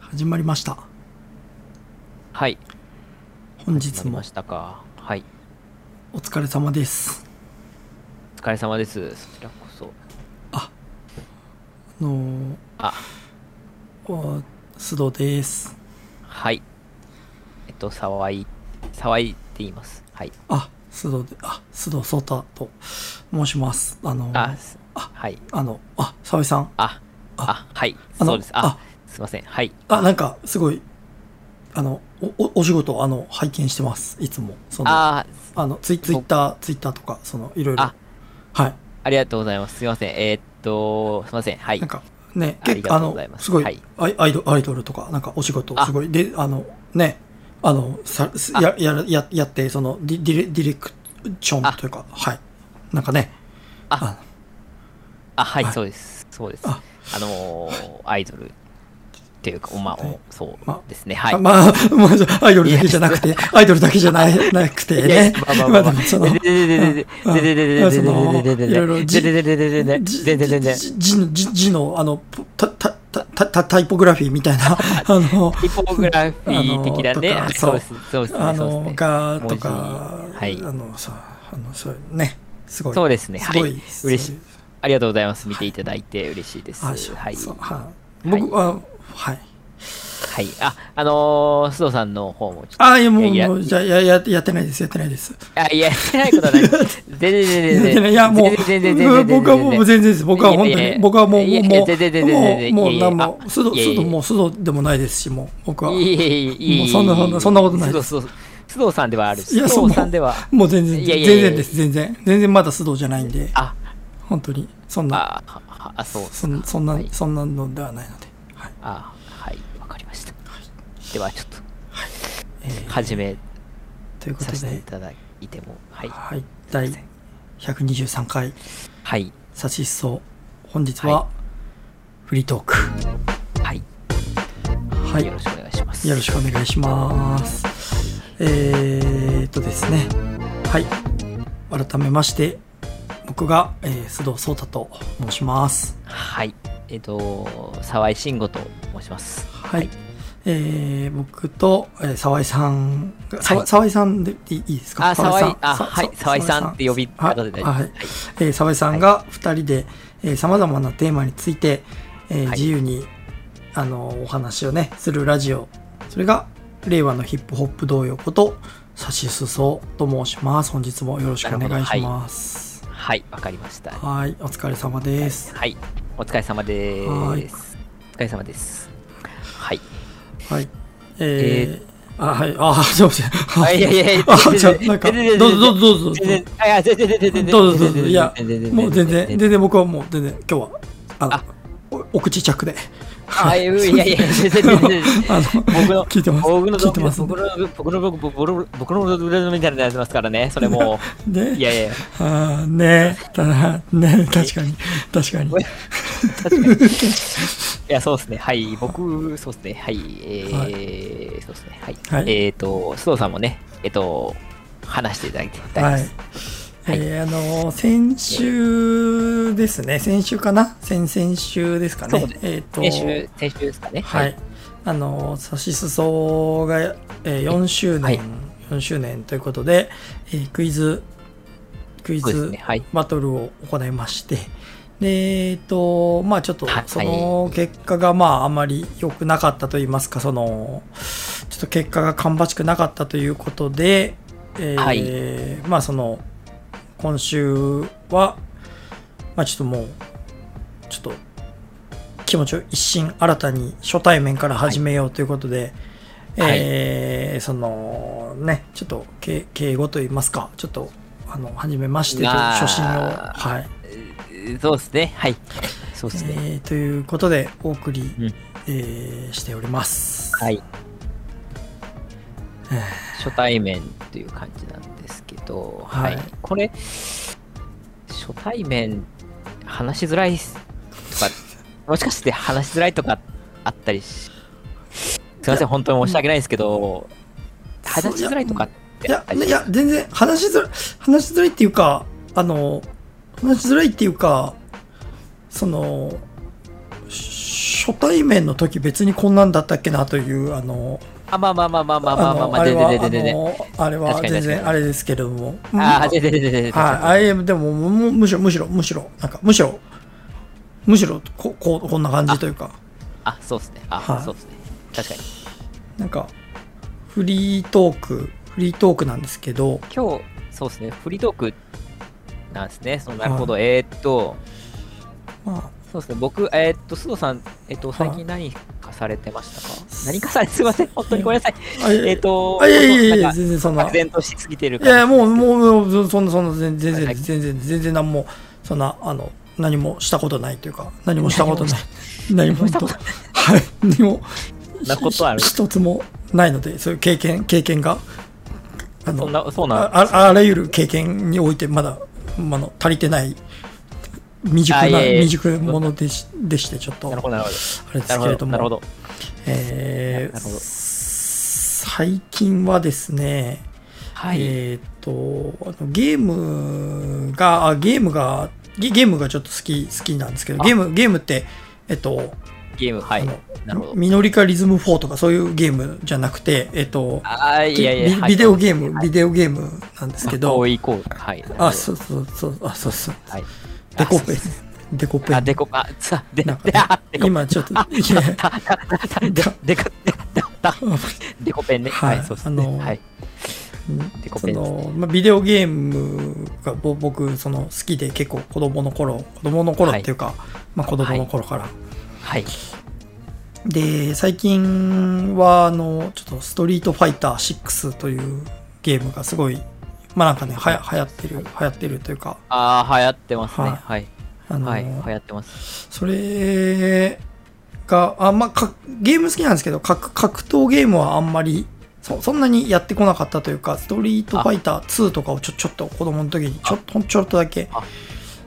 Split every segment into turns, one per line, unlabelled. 始まりました
はい。
本
な
日
り
も
ましたか。はい。
お疲れ様です
お疲れ様です。そちらこそ。
あの
あ、
お須藤です
はい。えっと、沢井、沢井って言います。はい。
あ須藤であ須藤聡太と申しますあの
あ、す
あ
はい。
あのあ沙織さん
あ、あ、はい。
あの
そうです。あ
あ、
すいません。はい。
あなんかすごいあのおおお仕事あの拝見してますいつもそのあ
あー、
のツイツイッターツイッターとかそのいろいろ
あ
はい
ありがとうございます。すいません。えーっと、すいません。はい
なん。かね、
あり
結構
が
あ
とう
の
ございま、す
すごい、
はい
アイアイドアイドルとか、なんかお仕事、
あ
すごい、で、あの、ね、あの、さすややややって、そのディディレ、ディレクションというか、はい。なんかね、
ああ、はい、
はい
そうです。そうです。
あ
あのー、アイドルっていうか、まあ、おそ
ま
うですね。はい
あ。まあ、 まあ、アイドルだけじゃなく て、アイドルだけじゃないなくてね、まあでもその、じじのじじの、あの、たたたたたタイポグラフィーみたい な、あの、
ヒポグラフィー的なね。
あの
はい
とかそう
そうです。そうですね。
あ
そうです
の、
ね
が、とか、
文字はい
あの、さ、あの、そう、ね、すごい。
そうですね。
す
はい
ごい。。
嬉しい。ありがとうございます。見ていただいて嬉しいです。
あ、
は
そう
い。
そう
は
はい。僕は、はい。
い。あ、あのー、須藤さんの方もちょっと。
あ、いや、もう、
いやいや
もう、じゃあや、や、やってないです、やってないです。
あ、いや、やってないことはない。全然
や
全
ってな
然。
い。いや、もう、
全然全然全然全然
僕はもう、全然です。僕は本当
いやいや
に、僕はもう、
い
も
や
う、
いや
も
全然全然全
う、
然
も、
いうやいや
なんも
あ、
須
いや
藤、
いや
須藤、もう、須藤でもないですし、もう、僕は。
いえいえいえ
もうそんなそんなそんなことない
須藤須藤須藤さんではある。
いや
須
そう
藤さんでは。
もう全然、
いやいやい
全
や
然です、全然。全然まだ須藤じゃないんで、
あ、
本当に、そんな、
あ、ああ、そう。
そんそんな
はい、
そんなのではないので。はい。
あ、はい、わかりました。では、ちょっ
えー
と、始め
というこ
さ
と
せてい
で、
ただいても。はい。
はい。第123回。
はい。
サシッソ本日はフリートーク
はい。
はい、
よろしくお願いします。
よろしくお願いしますえー、っとですねはい改めまして僕が、えー須藤聡太と申します
はい。えっと、沢井慎吾と申します。
はい、えー、僕と、えー沢井さんが沢,、
はい
沢井さんでいいいいですか
あ、沢井、あ、
さ
はい
さ。
沢井さんって呼び方で大丈夫
はい
で
は
す
い。えー、沢井さんが2人でさまざまなテーマについて、えー
はい
自由にあのーお話をねするラジオそれが「令和のヒップホップ童謡」こと「さしすそ」と申します本日もよろしくお願いします
はい。わかりました。は
はいお疲れ様です
い。お疲れ様で
はい
ーす。お疲れ様です。はい。
はいえーあはいあ そうです
あ
はい
やいやいや
あじゃあなんかどうぞどうぞどうぞ
全然、あ、いや、全然、全然、
どうぞどうぞいや
全然全然
もう全然全然僕はもう全然今日はあの
あ
おお口着で
あ、いやいやいや、全然、全然。
あの
僕の、
聞いてます
僕の、
聞いてます
僕の、僕の、僕の、僕の、僕の、僕の、みたいなやつますからね、それも。
で
いやいや、
ああねえただねえ確かに確かに
ごめん確かに。い や、そうですね、はい、僕、そうですね、はい、えー、そうですね、は
はい
い。えっと、須藤さんもね、えっと、話していただいて大丈夫
は
で
い
す。
えーあの先週ですね先週かな先々週ですか
そ
ね
うで
えっと
先週、先週ですかね。
はい。あのさしすそが、えー、4周年、
はい
4周年ということで、えークイズクイ
そうです
ズ
ね、はい。
バトルを行いまして、で、えっと、まあちょっと
はい、
その結果がまああまり良くなかったと言いますか、その、ちょっと結果が芳しくなかったということで、えーまあその、今週は、まあちょっともう、ちょっと、気持ちを一新新たに初対面から始めようということで、
はい
えーそのね、ちょっと敬敬語と言いますか、ちょっと、あの、初めましてという
まあ
初心を、はい、
そうですね、はい。そうですね。
えーということでお送り、
うん
えーしております。
はい。
えー
初対面という感じなんですけど、
は
はいい、これ、初対面、話しづらいすとか、もしかして話しづらいとかあったりし、すいません、本当に申し訳ないですけど、話しづらいとかっ
い
てあ
や
っ、たり
いや、全然話しづらい、話しづらいっていうか、あの、話しづらいっていうか、その、し初対面の時別にこんなんだったっけなという、あの、
あ、まあまあまあまあまあまあまあ
の
まあ、
れ
で
は、
でででで。
あのあれは
確か
全
に確か
然
に
あれですけれども。
あー、でででででで。
はい、あれでもむむしろむしろむしろなんかむしろむしろここうこんな感じというか
あ、そうですね。
は
あ、
い
そうですね。確かに。
なんかフリートークフリートークなんですけど
今日、そうですね。フリートークなんですね。そうなるほど。えーっと、
ま
そうですね。僕、えーっと、須藤さん、えーっと、最近何かされてましたか何かされ、すいません。本当にごめんなさい。
ああいや
えーっと、
あいやいやいや
なんか
全然そんな
漠然としすぎてる
いや
感じ
もうもうもうそんなそんな全然全
はい
然全然全然何もそんなあの何もしたことないというか何もしたことない何も
した
とはい何も
なことある
ひ一つもないのでそういう経験経験があ
そんな、そうなん
あああらゆる経験においてまだ、まあの足りてない未熟
あい
な
えいえ
未熟ものでしでしてちょっと
なる
あ
ほど、なるほ
れで
ど。
す
な
けれ
るほ
ど
ど、なるほ
も
ど。
えー
なるほど
最近はですね、
はい。
えーっとあのゲームがあゲームがゲゲームがちょっと好き好きなんですけど
あ
ゲームゲームってえっと
ゲーム、はい
あの。
なるほど。
ミノリカリズム4とかそういうゲームじゃなくてえっと
あーいやい
ビ
や、はい
ビデオゲーム、ビデオゲームなんですけど、
遠いこう。はい。
あ、そうそうそう、あ、そうそう。
はい。
デコ
あそ
ペ
う
ン
そう。
デコペ
あ、
ン。
デコ、あ、つあ、で、で
なんかね、
あ、 デコ、
今ちょっと、いやいや
で、でか、で、だ、だ、デコペンね。
は
はいい、そうです
あの
ね。はい。デコ
そ
ペンですね。
の、まあ、ビデオゲームがぼ僕、その、好きで結構子供の頃、子供の頃っていうか、まあ子供の頃から。
はい。
で、最近は、あの、ちょっと、ストリートファイター6というゲームがすごい、まあなんかね、はや流行ってる、流行ってるというか、
あー、流行ってますね。
はい
はい。
あの、
はい、流行ってます。
それが、あんまか、ゲーム好きなんですけど、格格闘ゲームはあんまりそ、そんなにやってこなかったというか、ストリートファイター2とかをちょちょっと子供の時にちょっと、ちょっとだけ、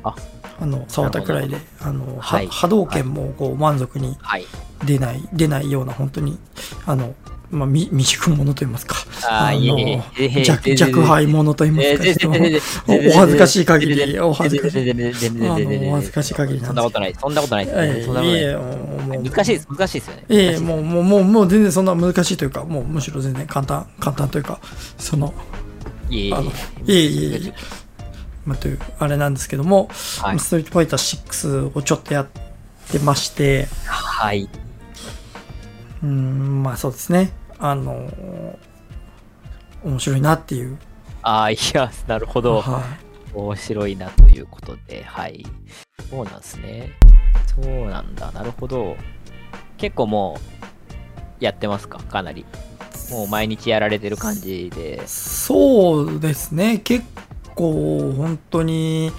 ああ
の、触ったくらいで、あの、は
はい
波動拳もこう満足に
はい。
出ない、出ないような、本当に、あの、まあ、み未熟者と言いますか、
あーいえいえ
の
えへへ
弱弱敗者と言います
えー
か、
で
ちょっ
で
と
でで
おお恥ずかしい限り、お恥ずかしい。
でででででで
あの
ででで
お恥ずかしい限りなんですけど
そんなことない。そんなことない
え
で
え
す。そんなことないい
えもうもう
難しいです。難しいですよね。
ええもう、もう、もう、もう全然そんな難しいというか、もうむしろ全然簡単、簡単というか、その、
いえい
あの、い
え
えいえいえ、まあ、という、あれなんですけども、
はい
ストリートファイター6をちょっとやってまして、
はい。
うーん、まあそうですね、あの、面白いなっていう。
ああ、いや、なるほど。
は
面白いなということで、はい。そうなんですね。そうなんだ。なるほど。結構もう、やってますかかなり。もう毎日やられてる感じで
い。。そうですね、結構、本当に、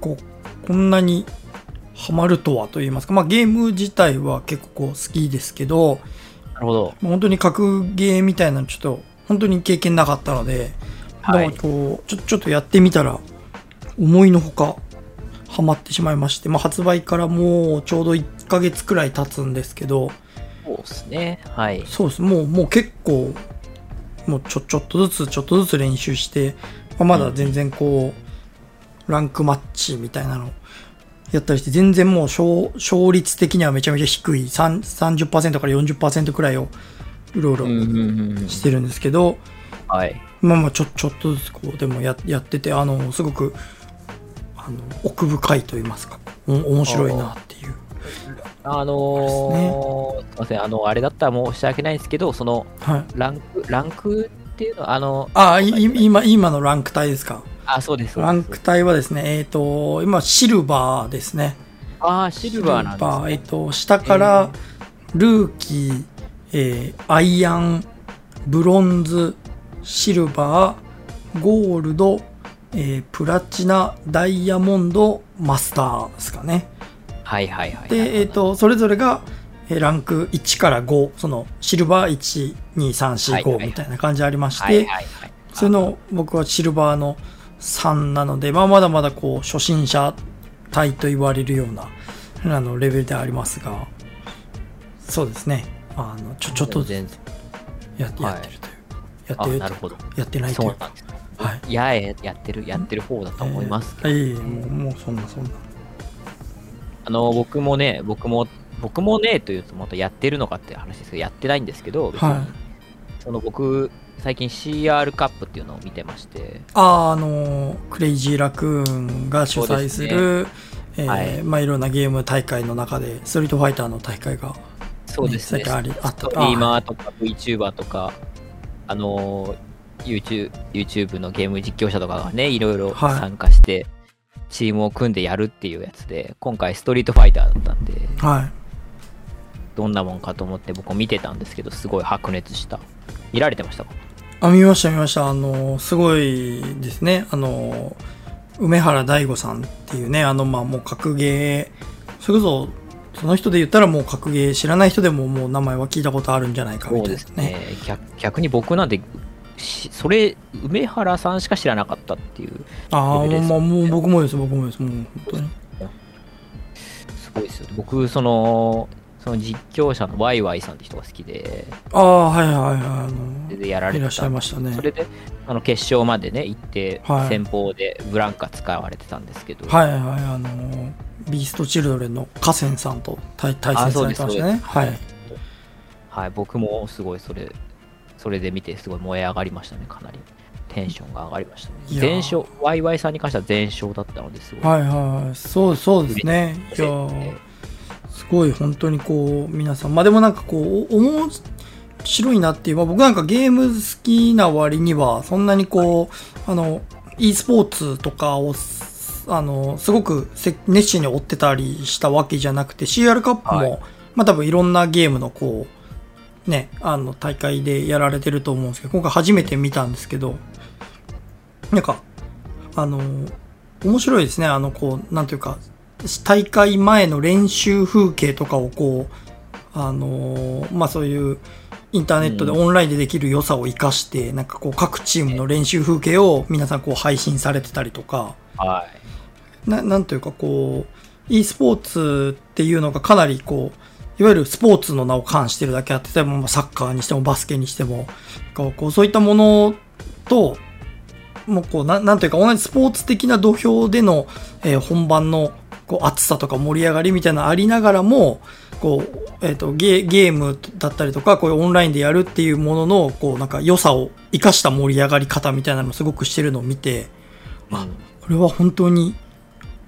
こう、こんなに、ハマるとはと言いますか、まあゲーム自体は結構こう好きですけど、
なるほど。
もう本当に格ゲーみたいなのちょっと本当に経験なかったので、
は
だ
い
から。こうちょちょっとやってみたら思いのほかハマってしまいまして、まあ、発売からもうちょうど1ヶ月くらい経つんですけど
そうですね。はい。
そうですもうもう結構もうちょちょっとずつちょっとずつ練習して、まあ、まだ全然こうランクマッチみたいなのやったりして全然もう勝勝率的にはめちゃめちゃ低い3 30%から40%くらいをうろうろ
うんうんうんうん。
してるんですけど、
はい。
まあまあちょちょっとずつこうでもややっててあのすごくあの奥深いと言いますかお面白いなっていう
あのーすいません、あの、あれだったら申し訳ないんですけど、その、
はい
ランク、ランクっていうのは、あの、
あいい今今のランク帯ですか
あ、そうです。そうです
ランク帯はですねえっ、と今シルバーですね
ああ、シルバーな
シル
んです
バーえっ、と下からルーキー、えーアイアンブロンズシルバーゴールド、えープラチナダイヤモンドマスターですかね
はいはいはい。
で、えっ、、と、それぞれが、えーランク1から5、その、シルバー1、2、3、4、
はいはいは
5
い
みたいな感じありまして、
はいはいはい。
それの、僕はシルバーの3なので、まあ、まだまだこう、初心者体と言われるような、あの、レベルではありますが、そうですね。あの、ちょ、ちょっとずつ
全然。
や
はい
やってるという。やっ
あ、
てる
なる
と
ほど。
やってないとい
そうう。なんです。
はい。
いや、えやってる、やってる方だと思いますけど。
えーいえいえもう、もうそんなそんな。
あの、僕もね、僕も僕もねというとまたやってるのかって話ですけどやってないんですけど、別に
はい。
その僕最近 CR カップっていうのを見てまして
あーあのークレイジーラクーンが主催するえー
はい
まあ、いろんなゲーム大会の中でストリートファイターの大会が
そうですね
ね最近ありあった
ストリーマーとか VTuber とかあのー YouTube, YouTube のゲーム実況者とかがねいろいろ
はい
参加して、チームを組んでやるっていうやつで今回ストリートファイターだったんで
はい
どんなもんかと思って僕見てたんですけどすごい白熱した見られてましたか
あ見ました見ましたあのーすごいですねあのー梅原大吾さんっていうねあのまあもう格ゲーそれこそその人で言ったらもう格ゲー知らない人でももう名前は聞いたことあるんじゃないかみたいなね
逆逆に僕なんてしそれ梅原さんしか知らなかったっていう
ああ
レベルです
まあもう僕もです僕もですもう本当に
すごいですよね僕そのその実況者のワイワイさんって人が好きで
ああはいはいはいあ
そ
の
れでやら
ーい
れて
らっしゃ
た
いましたね
それであの決勝までね行って、
はい
先方でブランカ使われてたんですけど、
はいはい、あのービーストチルドレンの河川さんと対対戦
あ
さ
そう
れ
で
て
す
ましたね。はい。
はい、僕もすごいそれそれで見てすごい燃え上がりましたねかなりテンションが上がりましたね
いやー
全勝ワイワイさんに関しては全勝だったのですごい、
はいはい。そう、そうですね。い
嬉しい
や
です
ー
ね
すごい本当にこう、皆さん、まあでもなんかこう、お面白いなっていう、まあ僕なんかゲーム好きな割には、そんなにこう、あの、e スポーツとかを、あの、すごくせ熱心に追ってたりしたわけじゃなくて、CR カップも、
は
まあ多分いろんなゲームのこう、ね、あの、大会でやられてると思うんですけど、今回初めて見たんですけど、なんか、あの、面白いですね。あの、こう、なんていうか、大会前の練習風景とかをこう、あのーまあ、そういう、インターネットで
う
オンラインでできる良さを活かして、なんかこう、各チームの練習風景を皆さんこう配信されてたりとか、
はい
ななんというかこう e スポーツっていうのがかなりこういわゆるスポーツの名を冠してるだけあって例えばまあサッカーにしてもバスケにしてもこうこうそういったものともうこうななんというか同じスポーツ的な土俵での、えー本番のこう熱さとか盛り上がりみたいなのありながらもこう、えー、とゲーゲームだったりとかこういうオンラインでやるっていうもののこうなんか良さを生かした盛り上がり方みたいなのをすごくしてるのを見てあ
うん
これは本当に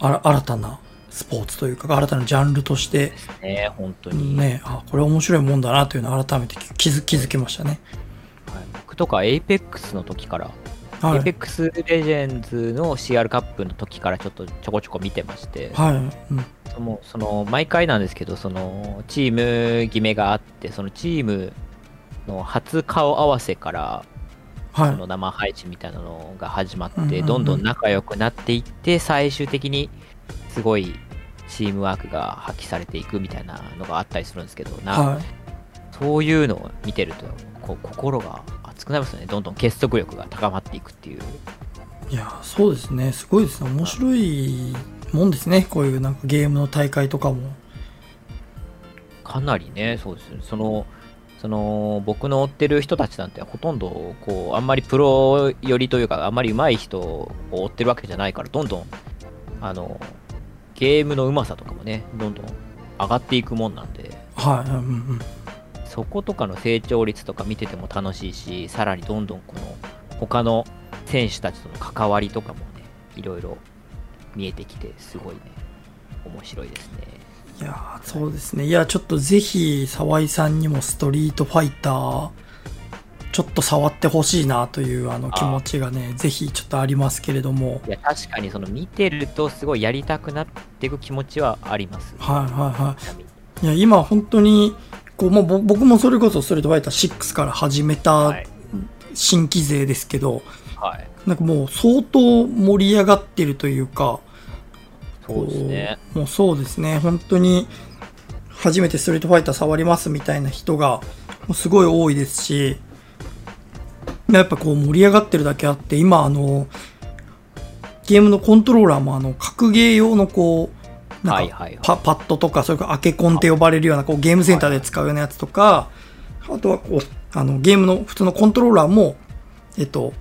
あら新たなスポーツというか新たなジャンルとして
ね本当に、
ねあこれは面白いもんだなというのを改めて気づ気づきましたね。
はい僕とか APEX の時から、
はい
APEX レジェンズの CR カップの時からちょっとちょこちょこ見てまして、
はい、うん
もうその毎回なんですけどそのチーム決めがあってそのチームの初顔合わせから
は
そ
い
の生配信みたいなのが始ま
うん
っ
うんう
て
ん
どんどん仲良くなっていって最終的にすごいチームワークが発揮されていくみたいなのがあったりするんですけどな
はい
そういうのを見てるとこう心が熱くなりますよねどんどん結束力が高まっていくっていう
いやそうですねすごいですね面白いもんですねこういうなんかゲームの大会とかも。
かなりね、そうですねその、その、僕の追ってる人たちなんて、ほとんど、こう、あんまりプロ寄りというか、あんまり上手い人を追ってるわけじゃないから、どんどん、あの、ゲームの上手さとかもね、どんどん上がっていくもんなんで、
はい、うんうん、
そことかの成長率とか見てても楽しいし、さらにどんどんこの、他の選手たちとの関わりとかもね、いろいろ見えてきて、すごいね、面白いですね。
いやそうですねいやちょっとぜひ沢井さんにもストリートファイターちょっと触ってほしいなというあの気持ちがねぜひちょっとありますけれども。
いや確かにその見てるとすごいやりたくなっていく気持ちはあります。
はいはいはい
ちなみに
いや今本当にこうもうぼ僕もそれこそストリートファイター6から始めた
はい。
新規勢ですけど、
はい。
なんかもう相当盛り上がってるというか
そうですね。
こうもうそうですね本当に初めてストリートファイター触りますみたいな人がもうすごい多いですしやっぱこう盛り上がってるだけあって今あのゲームのコントローラーもあの格ゲー用のこうなんか
はいはいはい
パパッドとかそれからアケコンって呼ばれるようなこうゲームセンターで使うようなやつとかあとはこうあのゲームの普通のコントローラーもえっと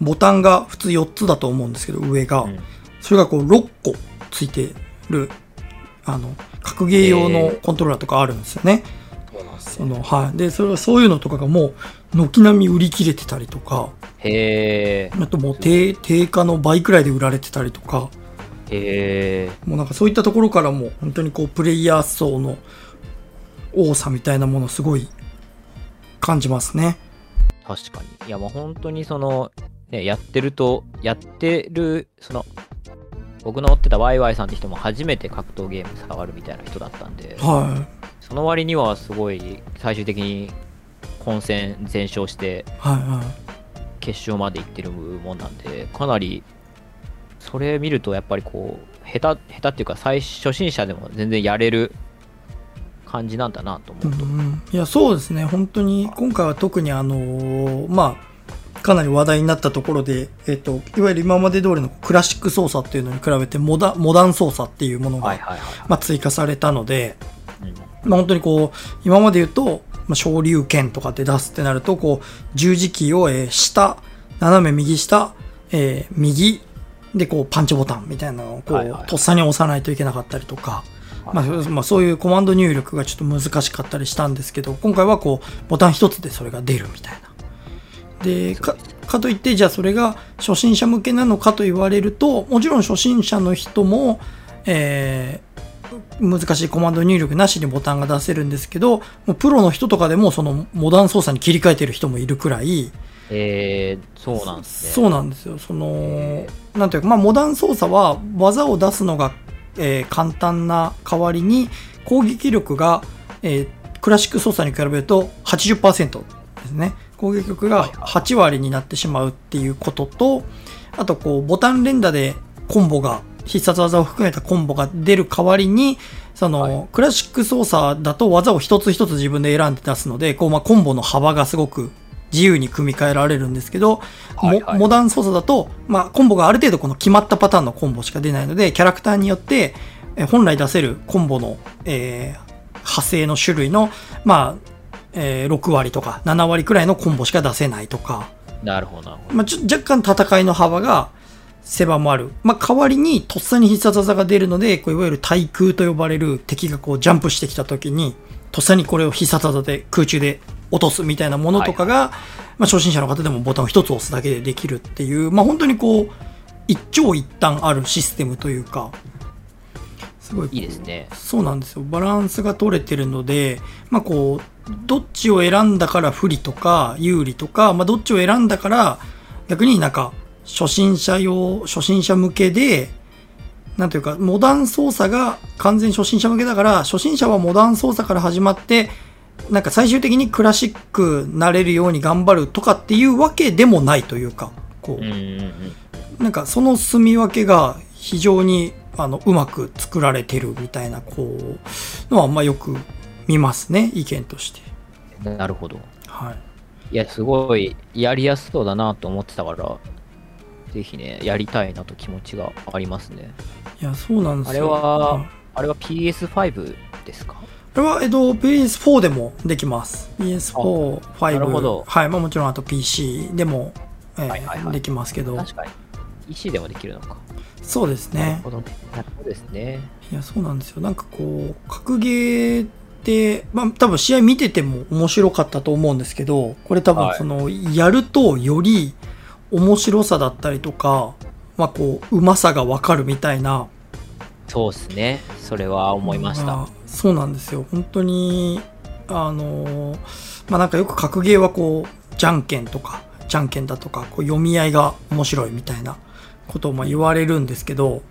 ボタンが普通4つだと思うんですけど上が、
うん
それがこう6個ついてるあの格格ゲー用のコントローラーとかあるんですよね。
そうなんです
そのはい、でそれはそういうのとかがもう軒並み売り切れてたりとか
へ
あともう定定価の倍くらいで売られてたりとか
え。へえ。
もうなんかそういったところからもう本当にこうプレイヤー層の多さみたいなものすごい感じますね。
確かに。いや、まあ本当にその、ね、やってると、やってる、その、僕の追ってたワイワイさんって人も初めて格闘ゲーム触るみたいな人だったんで、
は
その割にはすごい最終的に混戦全勝して
い、はい、はい
決勝まで行ってるもんなんで、かなり、それ見るとやっぱりこう、下手、下手っていうか最初心者でも全然やれる感じなんだなと思
う
うと。
ん、いやそうですね本当に今回は特にあのーまあかなり話題になったところで、えっといわゆる今まで通りのクラシック操作っていうのに比べてモダモダン操作っていうものが、
はいはいは
まあ、追加されたので、
い。うん
まあ、本当にこう今まで言うと、まあ、昇竜拳とかって出すってなるとこう十字キーを、えー下斜め右下、えー右でこうパンチボタンみたいなのをこう、
はいはい
とっさに押さないといけなかったりとか、まあそうまあ、そういうコマンド入力がちょっと難しかったりしたんですけど今回はこうボタン一つでそれが出るみたいな。でかかといってじゃあそれが初心者向けなのかと言われるともちろん初心者の人も、えー難しいコマンド入力なしにボタンが出せるんですけどもうプロの人とかでもそのモダン操作に切り替えてる人もいるくらい、
えー、そうなんですね。
そうなんですよ。その
へ、
なんていうか、まあ、モダン操作は技を出すのが、えー簡単な代わりに、攻撃力が、えークラシック操作に比べると80%ですね。攻撃力が8割になってしまうっていうことと、あとこう、ボタン連打でコンボが、必殺技を含めたコンボが出る代わりに、その、
はい
クラシック操作だと技を一つ一つ自分で選んで出すので、こう、まあ、コンボの幅がすごく自由に組み替えられるんですけど、
はいはい
モモダン操作だと、まあ、コンボがある程度この決まったパターンのコンボしか出ないので、キャラクターによって、えー本来出せるコンボの、えー派生の種類の、まあ、えー6割とか7割くらいのコンボしか出せないとか、
なるほど、なるほど。
まあ、ちょ若干戦いの幅が狭まる。まあ、代わりに、とっさに必殺技が出るので、こういわゆる対空と呼ばれる敵がこうジャンプしてきた時に、とっさにこれを必殺技で空中で落とすみたいなものとかが、まあ、初心者の方でもボタンを一つ押すだけでできるっていう、まあ、本当にこう、一長一短あるシステムというか、すごい
いいですね。
そうなんですよ。バランスが取れてるので、まあこう、どっちを選んだから不利とか有利とか、まあどっちを選んだから逆になんか初心者用、初心者向けで、なんというか、モダン操作が完全に初心者向けだから、初心者はモダン操作から始まって、なんか最終的にクラシックなれるように頑張るとかっていうわけでもないというか、こう、
うんうんうん。
なんかその住み分けが非常にあのうまく作られてるみたいなこうのはまあよく見ますね意見として。
なるほど。
はい、
いや、すごい、やりやすそうだなと思ってたから、ぜひね、やりたいなと気持ちがありますね。
いやそうなんですよ。
あれは
うん
あれは PS5 ですか
これは、えっと、PS4 でもできます。PS4、5。
なるほど
はい。まあもちろん、あと PC でも、えー
はいはいはい
できますけど。
確かに。EC でもできるのか。
そうです
なる
ね
ほ。どね。なるほどですね。
いや、そうなんですよ。なんかこう、格ゲーって、まあ多分試合見てても面白かったと思うんですけど、これ多分
はい
その、やるとより面白さだったりとか、まあこう、うまさがわかるみたいな。
そうですね。それは思いまし
ま
た
あ。そうなんですよ。本当に、あのー、まあなんかよく格ゲーはこう、じゃんけんとか、じゃんけんだとか、こう読み合いが面白いみたいなことをまあ言われるんですけど、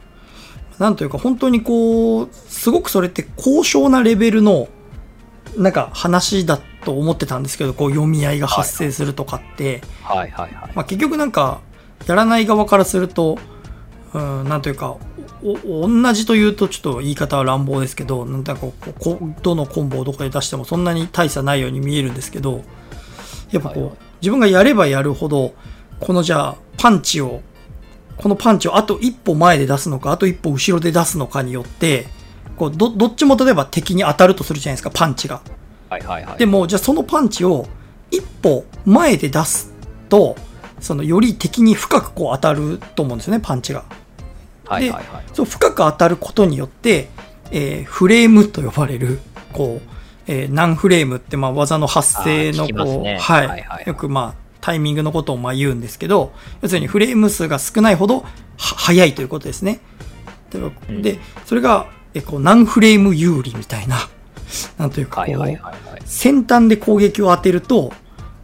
なんというか本当にこう、すごくそれって高尚なレベルの、なんか話だと思ってたんですけど、こう読み合いが発生するとかって、
はいはいはい。
まあ、結局なんか、やらない側からすると、うん、なんというか、おお同じというとちょっと言い方は乱暴ですけど、なんだかこうこう、どのコンボをどこで出してもそんなに大差ないように見えるんですけど、やっぱこう、
はいはい
自分がやればやるほど、このじゃあ、パンチを、このパンチをあと一歩前で出すのか、あと一歩後ろで出すのかによって、こうどどっちも例えば敵に当たるとするじゃないですか、パンチが。
はいはいはい。
でも、じゃあそのパンチを一歩前で出すと、そのより敵に深くこう当たると思うんですよね、パンチが。
はいはいはい。
そう、深く当たることによって、えーフレームと呼ばれる、こう、えー何フレームって、まあ、技の発生の、
あー聞きます
こう、
ね
はい、
はいはいはい
よく、まあ、タイミングのことをまあ言うんですけど、要するにフレーム数が少ないほどは早いということですね。で、
うん
でそれが、えーこう、何フレーム有利みたいな、なんというかこ
は
う、
いはいはいはい。
先端で攻撃を当てると、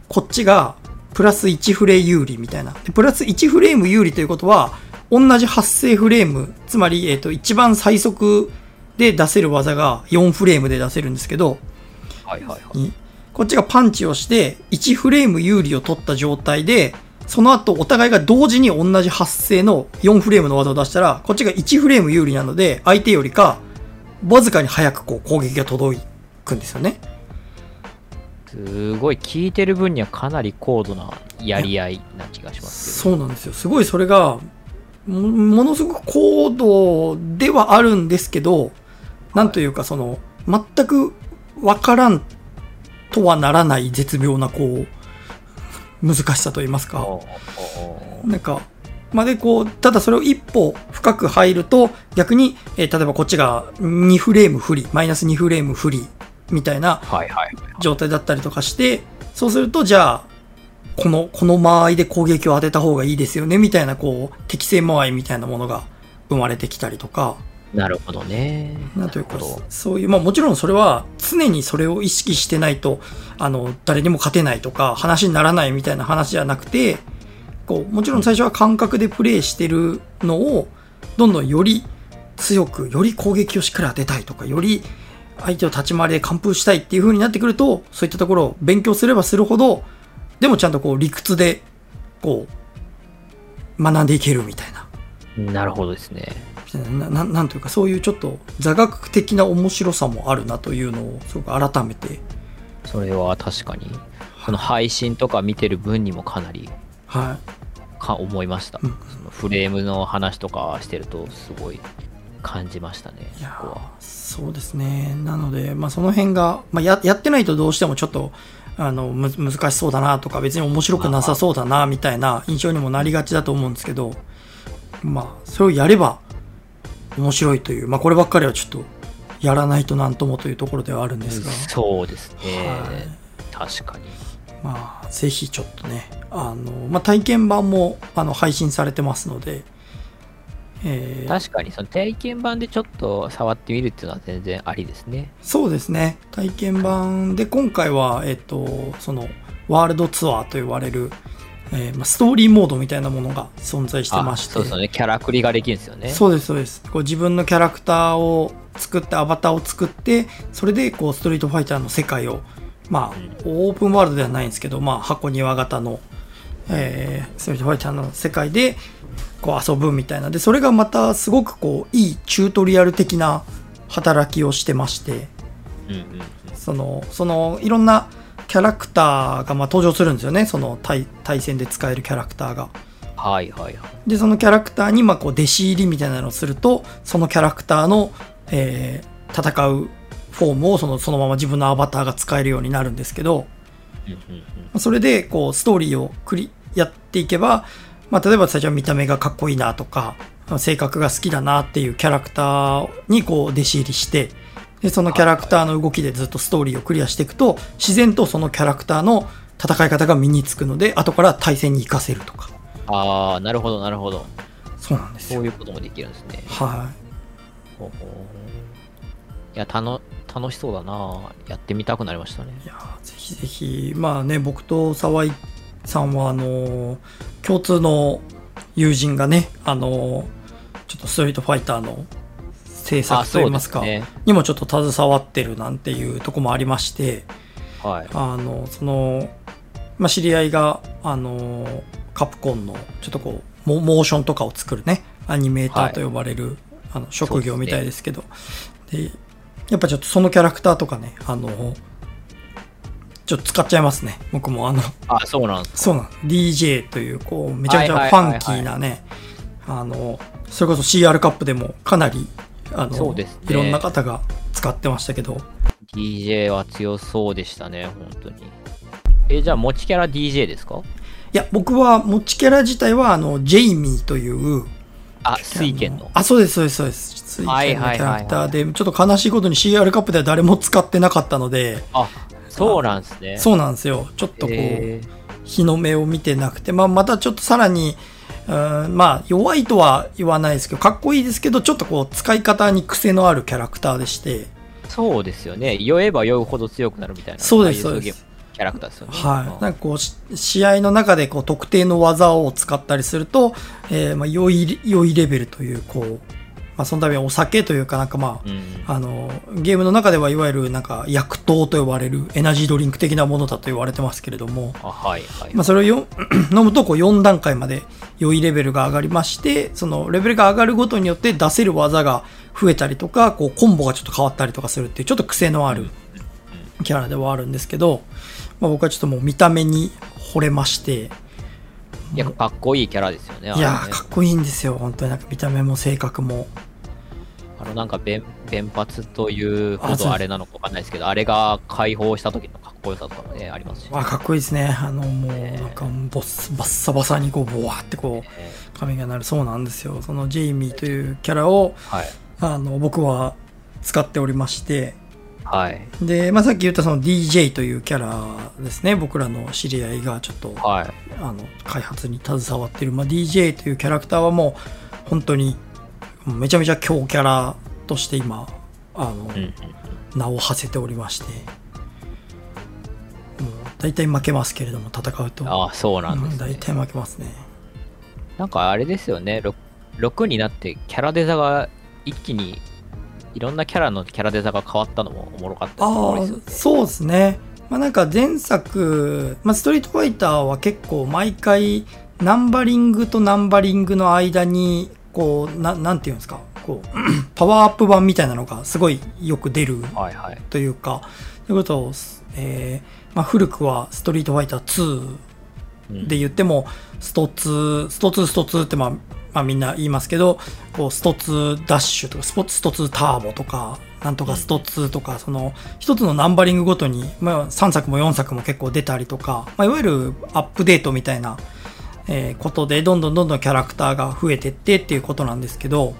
こっちがプラス1フレ有利みたいな。でプラス1フレーム有利ということは、同じ発生フレーム、つまり、えっ、と、一番最速で出せる技が4フレームで出せるんですけど、
はいはいはい。
にこっちがパンチをして、1フレーム有利を取った状態で、その後お互いが同時に同じ発生の4フレームの技を出したら、こっちが1フレーム有利なので、相手よりか、わずかに早くこう攻撃が届くんですよね。
すごい、聞いてる分にはかなり高度なやり合いな気がします
そうなんですよ。すごいそれが、もものすごく高度ではあるんですけど、なんというかその、全くわからんとはならない絶妙なこう、難しさと言います
けど。
か。
おーおーおー
なんか、まあでこう、ただそれを一歩深く入ると、逆に、えー例えばこっちが2フレーム不利、マイナス2フレーム不利、みたいな
はいはいはい。
状態だったりとかして、そうすると、じゃあ、この、この間合いで攻撃を当てた方がいいですよね、みたいな、こう、適正間合いみたいなものが生まれてきたりとか、
なるほどね。
なんというか
なるほど、
そういう、まあもちろんそれは常にそれを意識してないと、あの、誰にも勝てないとか、話にならないみたいな話じゃなくて、こう、もちろん最初は感覚でプレイしてるのを、どんどんより強く、より攻撃をしっかり当てたいとか、より相手を立ち回りで完封したいっていう風になってくると、そういったところを勉強すればするほど、でもちゃんとこう理屈で、こう、学んでいけるみたいな。
なるほどですね。
なななんというかそういうちょっと座学的な面白さもあるなというのをすごく改めて
それは確かに。その配信とか見てる分にもかなり
は
か思いました。
うん
そのフレームの話とかしてると、すごい感じましたね。
いいや
そこは
ーそうですねなので、まあ、その辺が、まあ、ややってないとどうしてもちょっとあのむ難しそうだなとか別に面白くなさそうだなみたいな印象にもなりがちだと思うんですけどまあそれをやれば面白いという、まあ、こればっかりはちょっとやらないとなんともというところではあるんですが。
そうですね
はい。
確かに。
まあ、ぜひちょっとね、あの、まあ、体験版も、あの、配信されてますので、えー
確かに、その体験版でちょっと触ってみるっていうのは全然ありですね。
そうですね、体験版で、今回は、えっ、と、その、ワールドツアーと呼ばれる、えーまあ、ストーリーモードみたいなものが存在してまして、
あそうそうね、キャラクリができるんですよね。
そうです、そうです。こう自分のキャラクターを作って、アバターを作って、それで、こう、ストリートファイターの世界を、まあ、オープンワールドではないんですけど、まあ、箱庭型の、えー、ストリートファイターの世界で、こう、遊ぶみたいな。で、それがまた、すごく、こう、いいチュートリアル的な働きをしてまして、
うんうんうん。
その、その、いろんなキャラクターが、まあ、登場するんですよね。その対、対戦で使えるキャラクターが。
はいはいはい。
でそのキャラクターにまあこう弟子入りみたいなのをするとそのキャラクターの、えー戦うフォームをそのそのまま自分のアバターが使えるようになるんですけど
うんうんうん
それでこうストーリーをクリやっていけば、まあ、例えば最初は見た目がかっこいいなとか性格が好きだなっていうキャラクターにこう弟子入りしてでそのキャラクターの動きでずっとストーリーをクリアしていくと自然とそのキャラクターの戦い方が身につくので後から対戦に活かせるとか
ああ、なるほどなるほど。
そうなんです
そ
よ
ういうこともできるんですね。
はい
ほうほういや、たの楽しそうだなやってみたくなりましたね。
いやーぜひぜひまあね僕と沢井さんはあのー共通の友人がねあのーちょっとストリートファイターの制作といいますか
あそうですね
にもちょっと携わってるなんていうとこもありまして
はい。
あのその、まあ、知り合いがあのカプコンのちょっとこうモモーションとかを作るねアニメーターと呼ばれる、あの職業みたいですけどで、やっぱちょっとそのキャラクターとかねあのちょっと使っちゃいますね僕もあの
あそうなんです。
そうなん DJ というこうめちゃめちゃ
はい
フ
はいはい
ァンキーなねあのそれこそ CR カップでもかなりあ
そ
の、
うですね
いろんな方が使ってましたけど
DJ は強そうでしたね、本当に。え、じゃあ、持ちキャラ DJ ですか
いや、僕は持ちキャラ自体は、あの、ジェイミーという、
あ、水拳の。
あ、そうです、そうです、そうです。水拳の
はい
キ
はいはいはい
ャラクターで、ちょっと悲しいことに CR カップでは誰も使ってなかったので、
あ、そうなんですね。
そうなんですよ。ちょっとこう、
えー
日の目を見てなくて、まあ、またちょっとさらに、うんまあ、弱いとは言わないですけど、かっこいいですけど、ちょっとこう、使い方に癖のあるキャラクターでして、
そうですよね。酔えば酔うほど強くなるみたいな。
そうです
ああい
そうです
ゲームキャラクターですよね。
はい。
う
なんんかこう、し試合の中でこう、特定の技を使ったりすると、えーまあ、良い、良いレベルという、こう、まあ、その度はお酒というかなんかまあ、
うん
あの、ゲームの中ではいわゆるなんか、薬糖と呼ばれるエナジードリンク的なものだと言われてますけれども、
あ、はいはい。
まあ、それをよ 飲むとこう4段階まで良いレベルが上がりまして、そのレベルが上がるごとによって出せる技が増えたりとか、こうコンボがちょっと変わったりとかするっていう、ちょっと癖のあるキャラではあるんですけど、まあ、僕はちょっともう見た目に惚れまして、
いや、かっこいいキャラですよね。あれ
い
ね
やー、かっこいいんですよ。本当になんか見た目も性格も。
あの、なんか、弁、弁髪というほ
あそう
どあれなのかわかんないですけど、あれが解放した時のかっこよさとかもね、ありますし。
あかっこいいですね。あの、もう
ね
なんかボス、バッサバサにこう、ボワーってこ
え
う、髪がなる。そうなんですよ。そのジェイミーというキャラを、
ーはい。
あの、僕は使っておりまして、
はい。
で、まあ、さっき言ったその DJ というキャラですね。僕らの知り合いがちょっと、
はい。
あの、開発に携わってる、まあ、DJ というキャラクターはもう、本当に、めちゃめちゃ強キャラとして今、あの、
うんうん。
名を馳せておりまして、もう、大体負けますけれども、戦うと。
ああ、そうなん
う
で
ん
す、
大
ね。
体負けますね。
なんか、あれですよね。ろ6になって、キャラデザが一気に、いろんなキャラのキャラデザが変わったのもおもろかったですね
あ
これですよね
あ、そうですね。まあなんか前作、まあ、ストリートファイターは結構毎回ナンバリングとナンバリングの間に、こう、ななんていうんですか、こう、 パワーアップ版みたいなのがすごいよく出る
はいはい。
というか、ということを、えーまあ、古くはストリートファイター2
うん
で言っても、スト2、スト2、スト2ってまあ、まあみんな言いますけど、こう、スト2ダッシュとか、スポスト2ターボとか、なんとかスト2とか、その、一つのナンバリングごとに、まあ3作も4作も結構出たりとか、まあいわゆるアップデートみたいな、えーことで、どんどんどんどんキャラクターが増えてってっていうことなんですけど、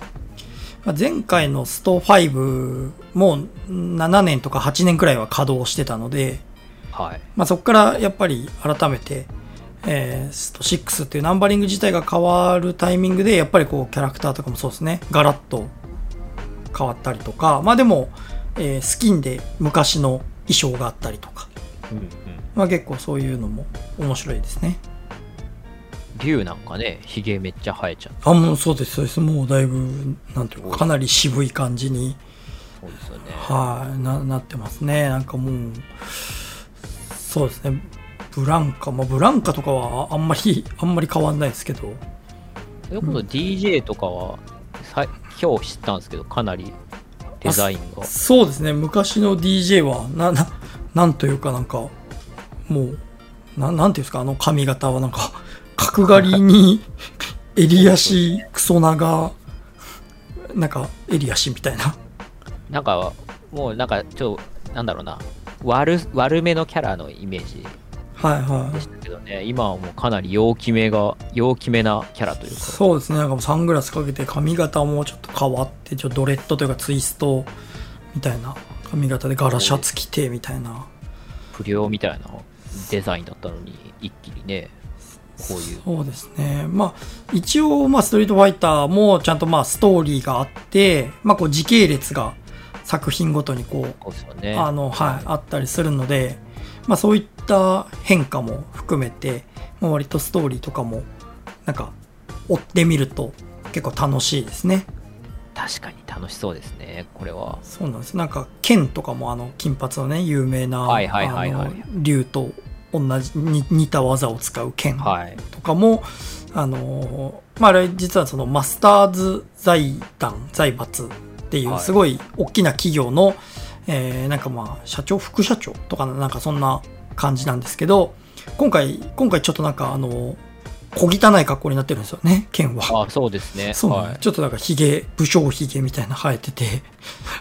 まあ前回のスト5も7年とか8年くらいは稼働してたので、
はい。
まあ、そこからやっぱり改めて、えー、スト6っていうナンバリング自体が変わるタイミングでやっぱりこうキャラクターとかもそうですねガラッと変わったりとかまあでも、えースキンで昔の衣装があったりとか、
うんうん。
まあ、結構そういうのも面白いですね
竜なんかね、ひげめっちゃ生えちゃっ
あもうそうですそうですもうだいぶなんていうかかなり渋い感じに
たそうですよね。
はい、な、なってますね。なんかもう、そうですね。ブランカ、まあ、ブランカとかはああんまり、あんまり変わんないですけど。
それこそ DJ とかは、さ今日知ったんですけど、かなりデザインが。
そうですね。昔の DJ は、な、な、なんというかなんか、もう、ななんていうんですか、あの髪型はなんか、角刈りに、襟足、クソ長、なんか、襟足みたいな。
なんか、もうなんか、ちょっと、なんだろうな、悪悪めのキャラのイメージ
はいは
で
い。
したけどね、今はもうかなり陽気めが、陽気めなキャラというか、
そうですね、なんかもうサングラスかけて髪型もちょっと変わって、ちょっとドレッドというかツイストみたいな髪型でガラシャツ着てみたいな。
不良みたいなデザインだったのに、一気にね、こういう。
そうですね。まあ、一応、まあ、ストリートファイターもちゃんとまあ、ストーリーがあって、まあ、こう時系列が作品ごとにこう、
こうですよね。
あの、はい、あったりするので、まあそういった変化も含めて、まあ、割とストーリーとかも、なんか、追ってみると結構楽しいですね。
確かに楽しそうですね、これは。
そうなんですなんか剣とかもあの金髪のね有名な
はいはいはいは
あ
い
の竜と同じに似た技を使う剣
はい。
とかも、あのーまああれ実はそのマスターズ財団財閥っていう
はい
すごい大きな企業の、えーなんかまあ社長副社長とかなんかそんな感じなんですけど今回今回ちょっとなんかあのー小汚い格好になってるんですよね剣は。
あ、そうですね。
そうなんです
はい。
ちょっとなんかひげ武将ひげみたいな生えてて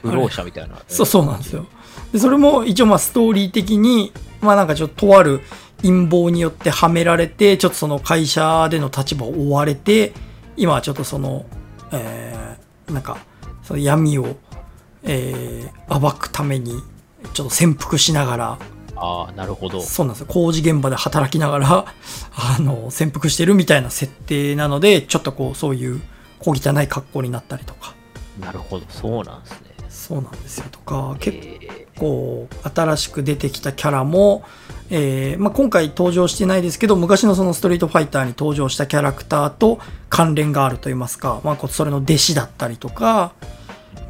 不老者みたいな。
そうそうなんですよ。で、それも一応まあストーリー的に、まあなんかちょっととある陰謀によってはめられて、ちょっとその会社での立場を追われて、今はちょっとそのえーなんか、その闇を、えー暴くために、ちょっと潜伏しながら、
ああ、なるほど。
そうなんですよ。工事現場で働きながら、あの、潜伏してるみたいな設定なので、ちょっとこう、そういう小汚い格好になったりとか、
なるほど。そうなんですね。
そうなんですよとか、結
え
構新しく出てきたキャラも、えーまあ、今回登場してないですけど、昔のそのストリートファイターに登場したキャラクターと関連があると言いますか、まあ、こうそれの弟子だったりとか、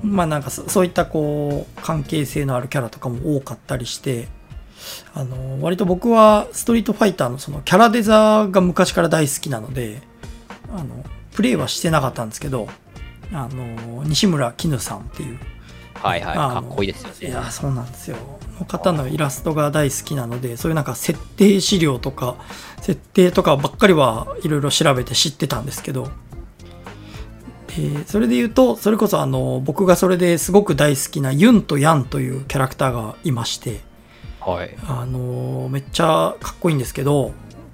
まあなんかそそういったこう関係性のあるキャラとかも多かったりして、あの、割と僕はストリートファイターのそのキャラデザが昔から大好きなので、あの、プレイはしてなかったんですけど、あの、西村絹さんっていう、
ーはいはい。
あの
かっこいいですよ
い
ね。
やーそうなんですよの方のイラストが大好きなのでそういうなんか設定資料とか設定とかばっかりはいろいろ調べて知ってたんですけどでそれで言うとそれこそあの僕がそれですごく大好きなユンとヤンというキャラクターがいまして
はい。
あのーめっちゃかっこいいんですけど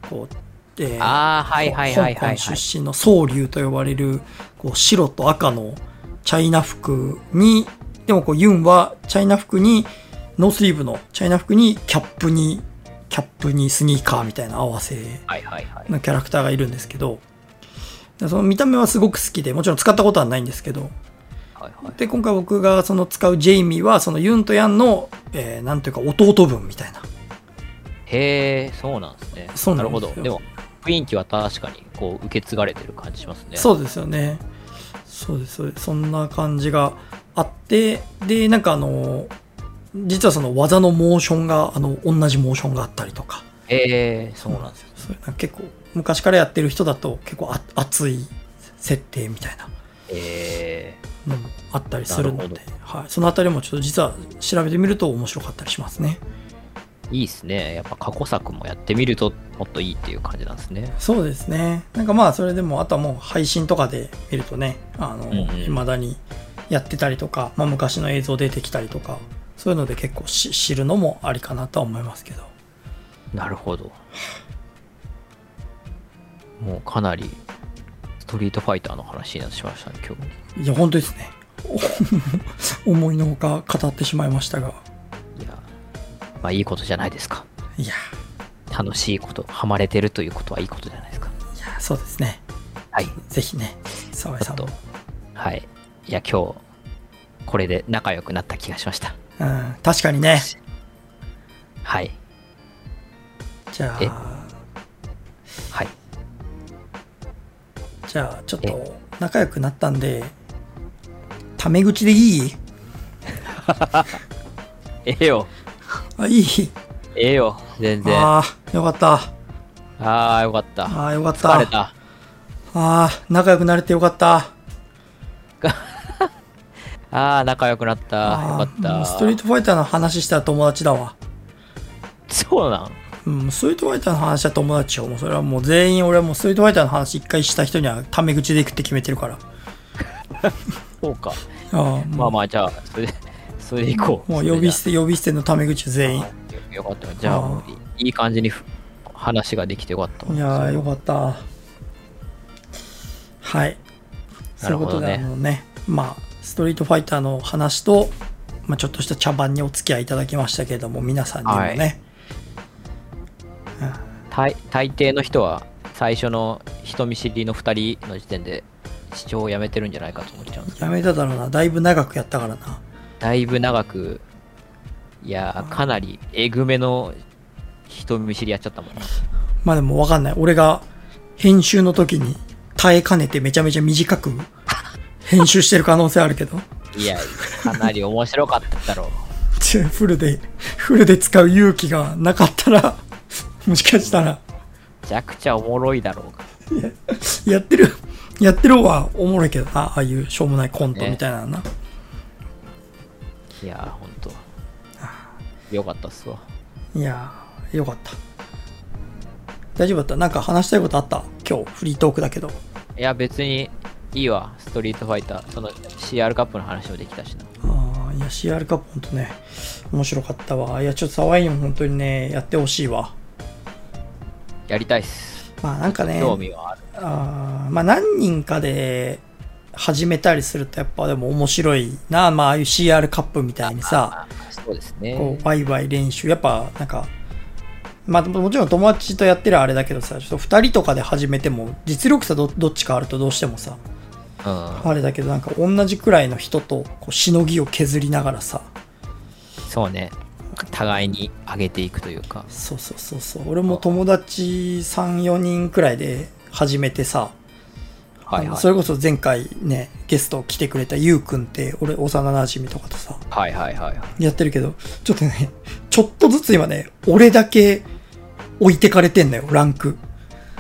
こうえー
ああ、はいはいはいはい、はい。
香港出身の宗龍と呼ばれるこう白と赤のチャイナ服にでもこうユンはチャイナ服にノースリーブのチャイナ服にキャップにキャップにスニーカーみたいな合わせ
はいはいはい。
のキャラクターがいるんですけどでその見た目はすごく好きでもちろん使ったことはないんですけど
はいはい、
で今回僕がその使うジェイミーはそのユンとヤンの、えーなんというか弟分みたいな
へえ、そうなんですね。
そうな
なんる
で
ほ
すよ
ど。でも、雰囲気は確かに、こう、受け継がれてる感じしますね。う。
そうですよね。そうです、そうです。そんな感じがあって、で、なんかあの、実はその技のモーションが、あの、同じモーションがあったりとか、
へえ、そうなんですよ。
そういうなんか結構、昔からやってる人だと結構あ熱い設定みたいな
へえ、
のもあったりするの
な
で
る、
はい、そのあたりもちょっと実は調べてみると面白かったりしますね。
いいですね。やっぱ過去作もやってみると、もっといいっていう感じなんですね。
そうですね。なんかまあ、それでも、あとはもう配信とかで見るとね、あの、
んうん
未だにやってたりとか、まあ昔の映像出てきたりとか、そういうので結構し知るのもありかなとは思いますけど。
なるほど。もうかなり、ストリートファイターの話になってしまいましたね、今日。
いや、本当ですね。 お思いのほか語ってしまいましたが。
いや、まあいいことじゃないですか。
いや、
楽しいこと、ハマれてるということはいいことじゃないですか。
いや、そうですね。
はい。
ぜひね、沢井
ちょ
さ
っ
んも
と、、はい。いや、今日、これで仲良くなった気がしました。
うん、確かにね。
はい。
じゃあ、
はい。
じゃあ、ちょっと仲良くなったんで、タメ口でいい
ええよ。
あ、いい。
ええよ。全然。あ
ああ、よかった。
あー、よかった。
ああ、よかった。
疲れた。
ああ、仲良くなれてよかった。
ああ、仲良くなった。よかっ
あーも
た。
うストリートファイターの話したら友達だわ。
そうなん
うん、ストリートファイターの話は友達よ。もうそれはもう全員、俺はもうストリートファイターの話一回した人にはタメ口で行くって決めてるから。
そうか。
ああ、
まあ
も
まあ、じゃあ、それで、それでいこ
う
う。
もう
そ
呼
れじ
び
ゃ
捨て、呼び捨てのタメ口全員。
あよよかった。じゃあ、もういいい感じにふ話ができてよかった。
いやー、よかった。はい。そうい
なる
うこ
ほ
と
ど
で、
ね
あのね、まあ、ストリートファイターの話と、まあ、ちょっとした茶番にお付き合いいただきましたけれども、皆さんにもね、
大大抵の人は最初の人見知りの2人の時点で視聴をやめてるんじゃないかと思っちゃうんです
やめただろうな、だいぶ長くやったからな。
だいぶ長くいやーかなりえぐめの人見知りやっちゃったもんね
まあでもわかんない。俺が編集の時に耐えかねてめちゃめちゃ短く編集してる可能性あるけど。
いやかなり面白かっただろ
ちょフルで、フルで使う勇気がなかったら、 もしかしたら、
うめちゃくちゃおもろいだろうが
やってる、やってる方はおもろいけどな。ああいうしょうもないコントみたいなのな。
いやーほんとよかったっすわ
いやー、よかった。大丈夫だったなんか話したいことあった今日、フリートークだけど。
いや別にいいわストリートファイターその CR カップの話もできたしな
ああ、いや、CR カップほんとね、面白かったわ。いや、ちょっと沢井にも本当にね、やってほしいわ。
やりたいっす
まあなんかね、
興味はある
あーまあ何人かで始めたりするとやっぱでも面白いな、まあああいう CR カップみたいにさ、
そうです
こ
ね
う。ワイワイ練習、やっぱなんか、まあもちろん友達とやってるあれだけどさ、ちょっと2人とかで始めても実力差どどっちかあるとどうしてもさ、
うん。
あれだけどなんか同じくらいの人とこうしのぎを削りながらさ、
そうね。互いに上げていくというか。
そうそうそうそう、俺も友達3、4人くらいで始めてさ、
はい
あの
はい
そ。れこそ前回ね、ゲスト来てくれたゆうくんって、俺幼馴染とかとさ、
はいはいはいはい。
やってるけど、ちょっとね、ちょっとずつ今ね、俺だけ置いてかれてんのよ、ランク。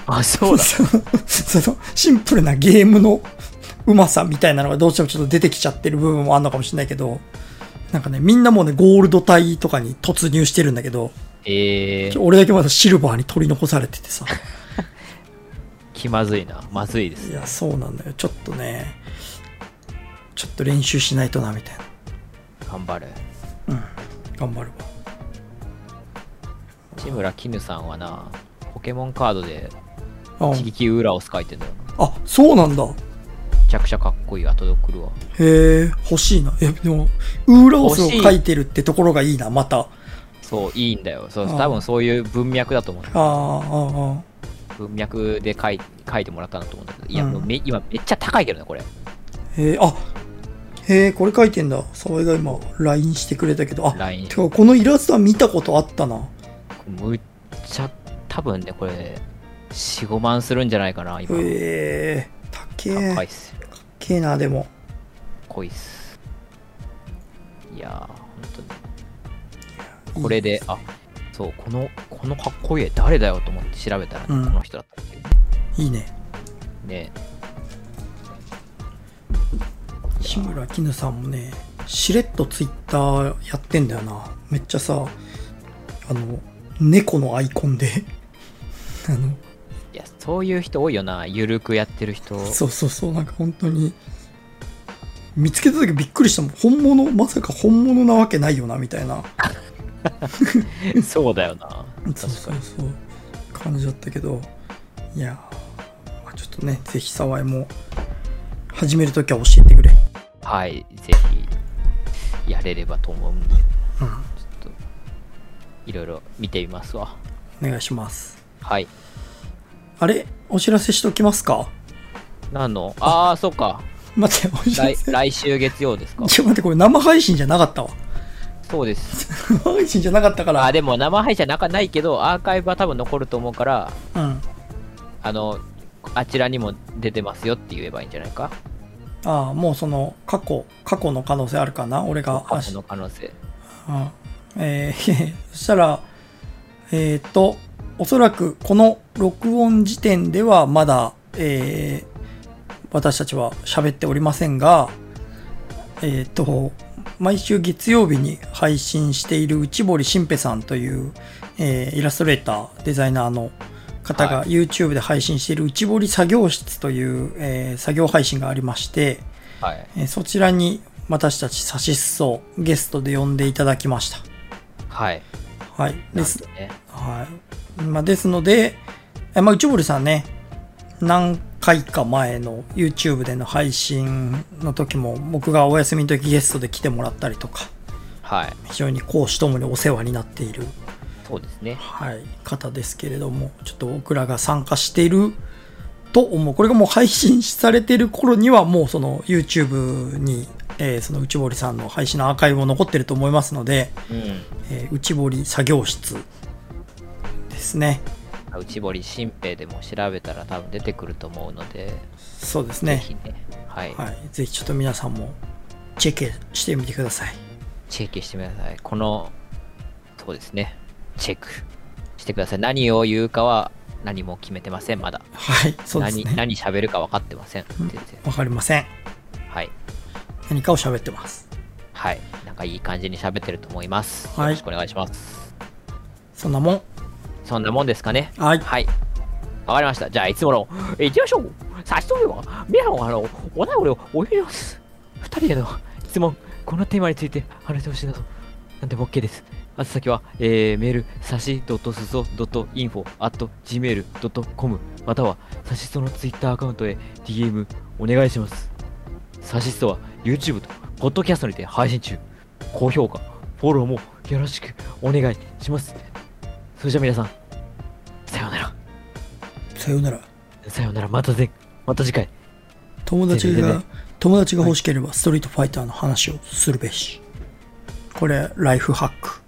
あ、そう だ。
そのその、シンプルなゲームのうまさみたいなのがどうしてもちょっと出てきちゃってる部分もあんのかもしれないけど、なんかね、みんなもうね、ゴールド帯とかに突入してるんだけど、
えー、
俺だけまだシルバーに取り残されててさ。
気まずいな。まずいです
い。や、そうなんだよ。ちょっとね、ちょっと練習しないとな、みたいな。
頑張る。
頑張るわ。
志村きぬさんはな、ポケモンカードで、
あ
地力ウラオス書いてんだよ。
あ、そうなんだ。
めちゃくちゃかっこいい。後で送るわ。
へえ、欲しいな。え、でも、ウーラオスを書いてるってところがいいな、また。あ
そう、いいんだよ。そう、
あー
多分そういう文脈だと思う。
あ、ああ、
文脈で書い書いてもらったなと思うんだけど。いや、
うん
もうめ今めっちゃ高いけどね、これ。
へえ、あ、へえ、これ書いてんだ。沢井が今、LINE してくれたけど。あ、
LINE
てか、このイラストは見たことあったな。
むっちゃ、多分ね、これ、4、5万するんじゃないかな、今。
へえ、たけえ。
高
た
いっすよ。
けえな、でも。
濃いっす。いやー、本当に。これで、あそう、この、このかっこいい絵誰だよと思って調べたら、ね
うん
この人だったっていう
いいね。
ね。
志村きぬさんもね、しれっとツイッターやってんだよな。めっちゃさ、あの、猫のアイコンで、 あの、
いや、そういう人多いよな。ゆるくやってる人。
そうそうそう、なんか本当に、見つけた時びっくりしたもん。本物、まさか本物なわけないよな、みたいな。
そうだよな。
そう
確
そ
か
う
に。
そう。感じだったけど、いやー、まあちょっとね、ぜひ沢井も、始めるときは教えてくれ。
はい、ぜひ、やれればと思うん
う
で、
ん。
ちょっと、いろいろ見てみますわ。
お願いします。
はい。
あれお知らせしときますか
何のああ、そうか。
待って、お知ら
来
せ。
来週月 曜ですか。
ちょ、待って、これ生配信じゃなかったわ。
そうです。
生配信じゃなかったか
あー
ら。
でも生配信はなかないけど、アーカイブは多分残ると思うから、
うん。
あの、あちらにも出てますよって言えばいいんじゃないか。
ああ、もうその、過去、過去の可能性あるかな俺が、
過去の可能性。
うんえー そしたら、えっ、と、おそらくこの録音時点ではまだ、えー私たちは喋っておりませんが、えっ、と、毎週月曜日に配信している内堀新平さんという、えーイラストレーター、デザイナーの方が
は
YouTube で配信している内堀作業室という、えー作業配信がありまして、
はい。
えーそちらに私たちサシッソゲストで呼んでいただきました。
はい。
はい。
な
で
ん
す。
ね。
はい。まあ、ですので、えまあ、内堀さんね、何回か前の YouTube での配信の時も、僕がお休みの時ゲストで来てもらったりとか、
はい。
非常に講師ともにお世話になっている、
そうですね。
はい、方ですけれども、ちょっと僕らが参加していると思う。これがもう配信されている頃には、もうその YouTube に、えーその内堀さんの配信のアーカイブも残ってると思いますので、
うん。
えー内堀作業室ですね。
内堀新平でも調べたら多分出てくると思うので、
そうです
ぜ
ね。
ひね、はい。
はい。ぜひちょっと皆さんもチェックしてみてください。
チェックしてみてください。この、そうですね。チェックしてください。何を言うかは何も決めてません、まだ。
はい。そうです
何
ね。
何喋るか分かってません。全然。
わかりません。
はい。
何かを喋ってます。
はい。なんかいい感じに喋ってると思います。
はい
よろしくお願いします。
そんなもん。
そんなもんですかね。
はい。
はい。わかりました。じゃあ、いつもの、え行きましょう。差し止めは、皆さん、あの、お便りをお願いします。二人への質問、このテーマについて話してほしいなど、なんでも OK です。あつ先は、えー、メール、さし .suso.info at gmail.com または、さしそのツイッターアカウントへ DM お願いします。サシストは YouTube とポッドキャストにて配信中高評価フォローもよろしくお願いしますそれじゃあ皆さんさようなら
さようなら
さようならまたぜまた次回
友達
全然
が
ね
友達が欲しければストリートファイターの話をするべしこれライフハック